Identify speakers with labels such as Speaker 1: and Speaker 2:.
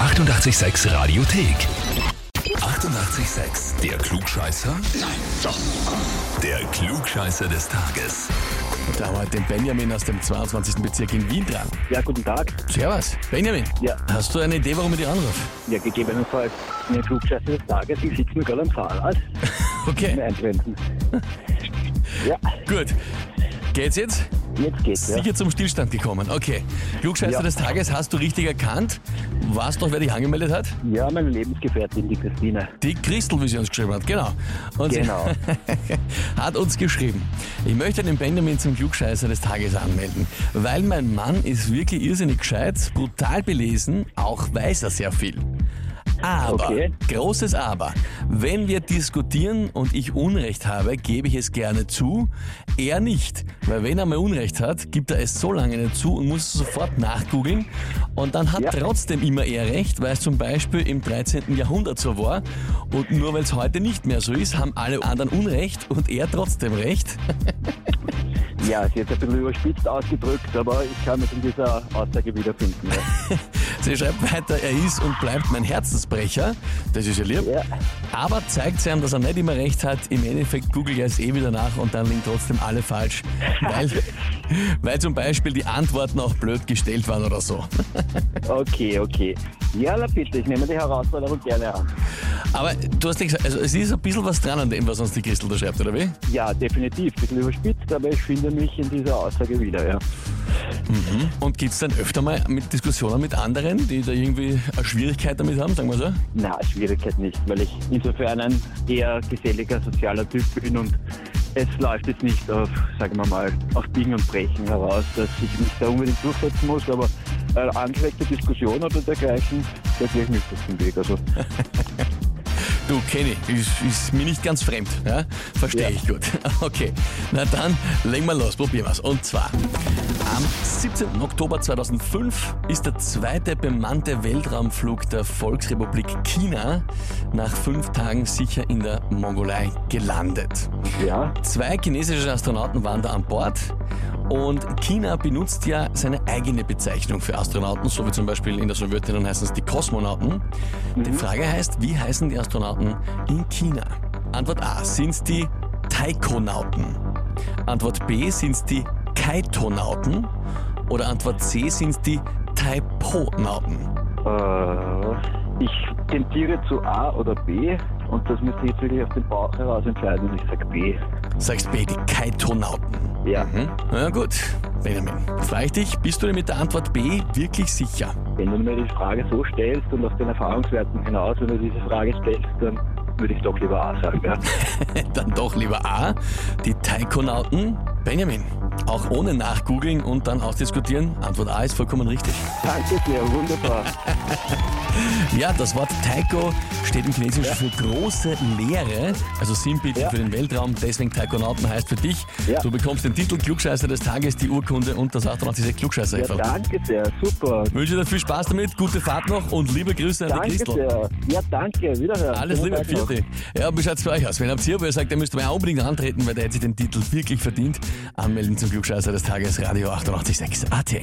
Speaker 1: 886 Radiothek. 88,6. Der Klugscheißer? Nein, doch. Der Klugscheißer des Tages.
Speaker 2: Da haben wir den Benjamin aus dem 22. Bezirk in Wien dran.
Speaker 3: Ja, guten Tag.
Speaker 2: Servus. Benjamin.
Speaker 3: Ja.
Speaker 2: Hast du eine Idee, warum ich dich anrufe?
Speaker 3: Ja, gegebenenfalls eine Flugscheiße des Tages. Ich sitze nur gerade am Fahrrad.
Speaker 2: Okay.
Speaker 3: Mir einwenden. Ja,
Speaker 2: Gut. Geht's jetzt?
Speaker 3: jetzt geht's. Ja.
Speaker 2: Sicher zum Stillstand gekommen. Okay. Klugscheißer
Speaker 3: Ja.
Speaker 2: des Tages hast du richtig erkannt. Weißt doch, wer dich angemeldet hat?
Speaker 3: ja, meine Lebensgefährtin, die Christine.
Speaker 2: Die Christel, wie sie uns geschrieben hat, genau. Und sie
Speaker 3: Genau.
Speaker 2: hat uns geschrieben, ich möchte den Benjamin zum Klugscheißer des Tages anmelden, weil mein Mann ist wirklich irrsinnig gescheit, brutal belesen, auch weiß er sehr viel. Aber,
Speaker 3: Okay.
Speaker 2: großes Aber, wenn wir diskutieren und ich Unrecht habe, gebe ich es gerne zu, er nicht. Weil wenn er mal Unrecht hat, gibt er es so lange nicht zu und muss sofort nachgoogeln und dann hat
Speaker 3: Ja.
Speaker 2: trotzdem immer er recht, weil es zum Beispiel im 13. Jahrhundert so war und nur weil es heute nicht mehr so ist, haben alle anderen Unrecht und er trotzdem recht.
Speaker 3: Ja, sie hat ein bisschen überspitzt ausgedrückt, aber ich kann mich in dieser Aussage wiederfinden. Ja.
Speaker 2: Sie schreibt weiter, er ist und bleibt mein Herzensbrecher. Das ist ja lieb.
Speaker 3: Ja.
Speaker 2: Aber zeigt sie ihm, dass er nicht immer recht hat. Im Endeffekt google ich es eh wieder nach und dann liegen trotzdem alle falsch. Weil, weil zum Beispiel die Antworten auch blöd gestellt waren oder so.
Speaker 3: Okay, okay. Ja, na bitte, ich nehme die Herausforderung gerne an.
Speaker 2: Aber du hast ja gesagt, also es ist ein bisschen was dran an dem, was uns die Christel da schreibt, oder wie?
Speaker 3: Ja, definitiv. Ein bisschen überspitzt, aber ich finde mich in dieser Aussage wieder. Ja.
Speaker 2: Und geht's dann öfter mal mit Diskussionen mit anderen, die da irgendwie eine Schwierigkeit damit haben, sagen wir so?
Speaker 3: Na, Schwierigkeit nicht, weil ich insofern ein eher geselliger, sozialer Typ bin und es läuft jetzt nicht auf, sagen wir mal, auf Biegen und Brechen heraus, dass ich mich da unbedingt durchsetzen muss, aber äh, angeregte Diskussion oder dergleichen, da gehe ich nicht auf den Weg. Also,
Speaker 2: Du, kenn ich. Ist, ist mir nicht ganz fremd. Ja? Verstehe
Speaker 3: Ja.
Speaker 2: ich gut. Okay, na dann legen wir los, probieren wir's. Und zwar, am 17. Oktober 2005 ist der zweite bemannte Weltraumflug der Volksrepublik China nach fünf Tagen sicher in der Mongolei gelandet.
Speaker 3: ja,
Speaker 2: Zwei chinesische Astronauten waren da an Bord. Und China benutzt ja seine eigene Bezeichnung für Astronauten, so wie zum Beispiel in der Sowjetunion heißen es die Kosmonauten. Die
Speaker 3: mhm.
Speaker 2: Frage heißt, wie heißen die Astronauten in China? Antwort A, sind es die Taikonauten? Antwort B, sind es die Kaitonauten? Oder Antwort C, sind es die Taiponauten?
Speaker 3: äh, ich tendiere zu A oder B und das müsste ich jetzt wirklich auf den Bauch heraus entscheiden und ich sage B.
Speaker 2: Sagst B, die Kaitonauten.
Speaker 3: Ja,
Speaker 2: Mhm. Na gut, Benjamin, frage ich dich, bist du dir mit der Antwort B wirklich sicher?
Speaker 3: wenn du mir die Frage so stellst und auf den Erfahrungswerten hinaus, wenn du diese Frage stellst, dann würde ich doch lieber A sagen. Ja.
Speaker 2: Dann doch lieber A, die Taikonauten. Benjamin, auch ohne nachgoogeln und dann ausdiskutieren, Antwort A ist vollkommen richtig.
Speaker 3: Danke sehr, wunderbar.
Speaker 2: Ja, das Wort Taiko steht im Chinesischen für große Lehre, also Sinnbild
Speaker 3: Ja.
Speaker 2: für den Weltraum, deswegen Taikonauten heißt für dich.
Speaker 3: Ja.
Speaker 2: Du bekommst den Titel Klugscheißer des Tages, die Urkunde und das 886 klugscheißer
Speaker 3: Ja, danke sehr, super.
Speaker 2: Wünsche dir viel Spaß damit, gute Fahrt noch und liebe Grüße an die
Speaker 3: Danke
Speaker 2: Christel.
Speaker 3: sehr. Ja, danke, wiederhören.
Speaker 2: Alles
Speaker 3: Schönen
Speaker 2: Liebe,
Speaker 3: Tag noch.
Speaker 2: Vierte. Ja, und wie schaut's bei euch aus? Wenn habt ihr, wo ihr sagt, ihr müsst mal unbedingt antreten, weil der hätte sich den Titel wirklich verdient, anmelden zum Glückscheißer des Tages, Radio 886 AT.